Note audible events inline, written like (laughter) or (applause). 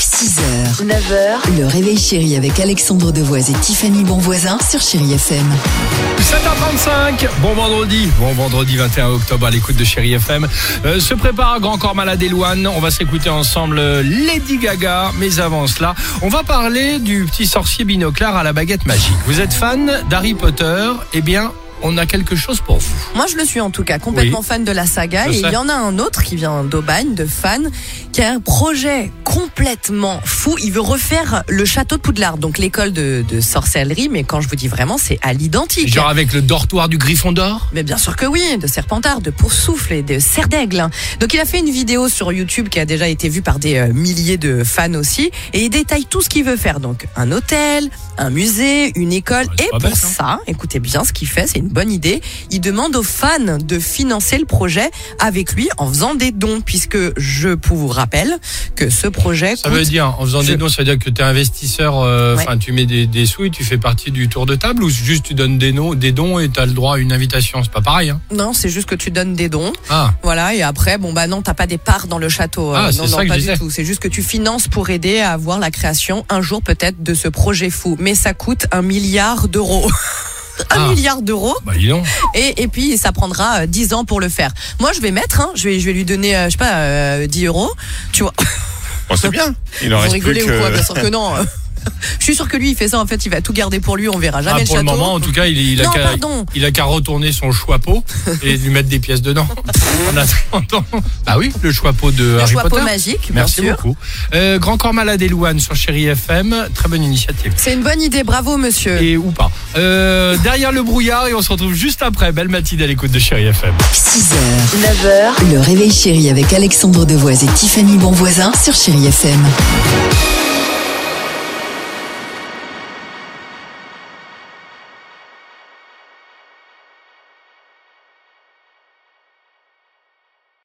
6h, 9h, le réveil chéri avec Alexandre Devoise et Tiffany Bonvoisin sur Chéri FM. 7h35, bon vendredi, bon vendredi 21 octobre à l'écoute de Chéri FM. Euh, se prépare un grand corps malade éloigne, on va s'écouter ensemble euh, Lady Gaga, mais avant cela, on va parler du petit sorcier binoclard à la baguette magique. Vous êtes fan d'Harry Potter Eh bien, on a quelque chose pour vous. Moi, je le suis en tout cas, complètement Oui. fan de la saga. Je et sais. il y en a un autre qui vient d'Aubagne, de fan, qui a un projet complètement fou. Il veut refaire le château de Poudlard, donc l'école de, de sorcellerie. Mais quand je vous dis vraiment, c'est à l'identique. Genre avec le dortoir du Griffon d'Or Mais bien sûr que oui, de Serpentard, de Poursouffle et de Serre d'Aigle. Donc il a fait une vidéo sur YouTube qui a déjà été vue par des euh, milliers de fans aussi, et il détaille tout ce qu'il veut faire. Donc un hôtel, un musée, une école. c'est et pas pour bête, hein. ça, écoutez bien ce qu'il fait, c'est une bonne idée. Il demande aux fans de financer le projet avec lui en faisant des dons, puisque je vous rappelle que ce projet Ça veut coûte- dire, en faisant Je- des dons, ça veut dire que tu es investisseur, euh, enfin Ouais. tu mets des, des sous et tu fais partie du tour de table ou juste tu donnes des, no- des dons et tu as le droit à une invitation C'est pas pareil, hein Non, c'est juste que tu donnes des dons. Ah Voilà, et après, bon, bah non, t'as pas des parts dans le château. euh, Ah, c'est non, ça non, que pas je du disais. tout. C'est juste que tu finances pour aider à avoir la création un jour peut-être de ce projet fou. Mais ça coûte un milliard d'euros. (laughs) Un Ah. milliard d'euros Bah dis donc et, et puis ça prendra euh, 10 ans pour le faire. Moi je vais mettre, hein, je, vais, je vais lui donner, euh, je sais pas, euh, 10 euros. Tu vois, Bon, c'est bien. Il en (laughs) vous reste rigolez plus ou quoi Bien que. sûr que (laughs) non. Je suis sûr que lui il fait ça, en fait il va tout garder pour lui, on verra jamais Ah, le pour château. le moment, en tout cas, il, il a non, qu'à- pardon. il a qu'à retourner son choixpeau et lui mettre des (laughs) pièces dedans. En attendant. Bah oui, le choixpeau de Le Harry choix Potter. magique, bien Merci sûr. beaucoup. Euh, Grand Corps Malade et Louane sur Chéri FM. Très bonne initiative. C'est une bonne idée, bravo monsieur. Et ou pas. Euh, derrière le brouillard et on se retrouve juste après. Belle matinée à l'écoute de Chéri FM. 6h, 9h, le réveil chéri avec Alexandre Devoise et Tiffany Bonvoisin sur Chéri FM.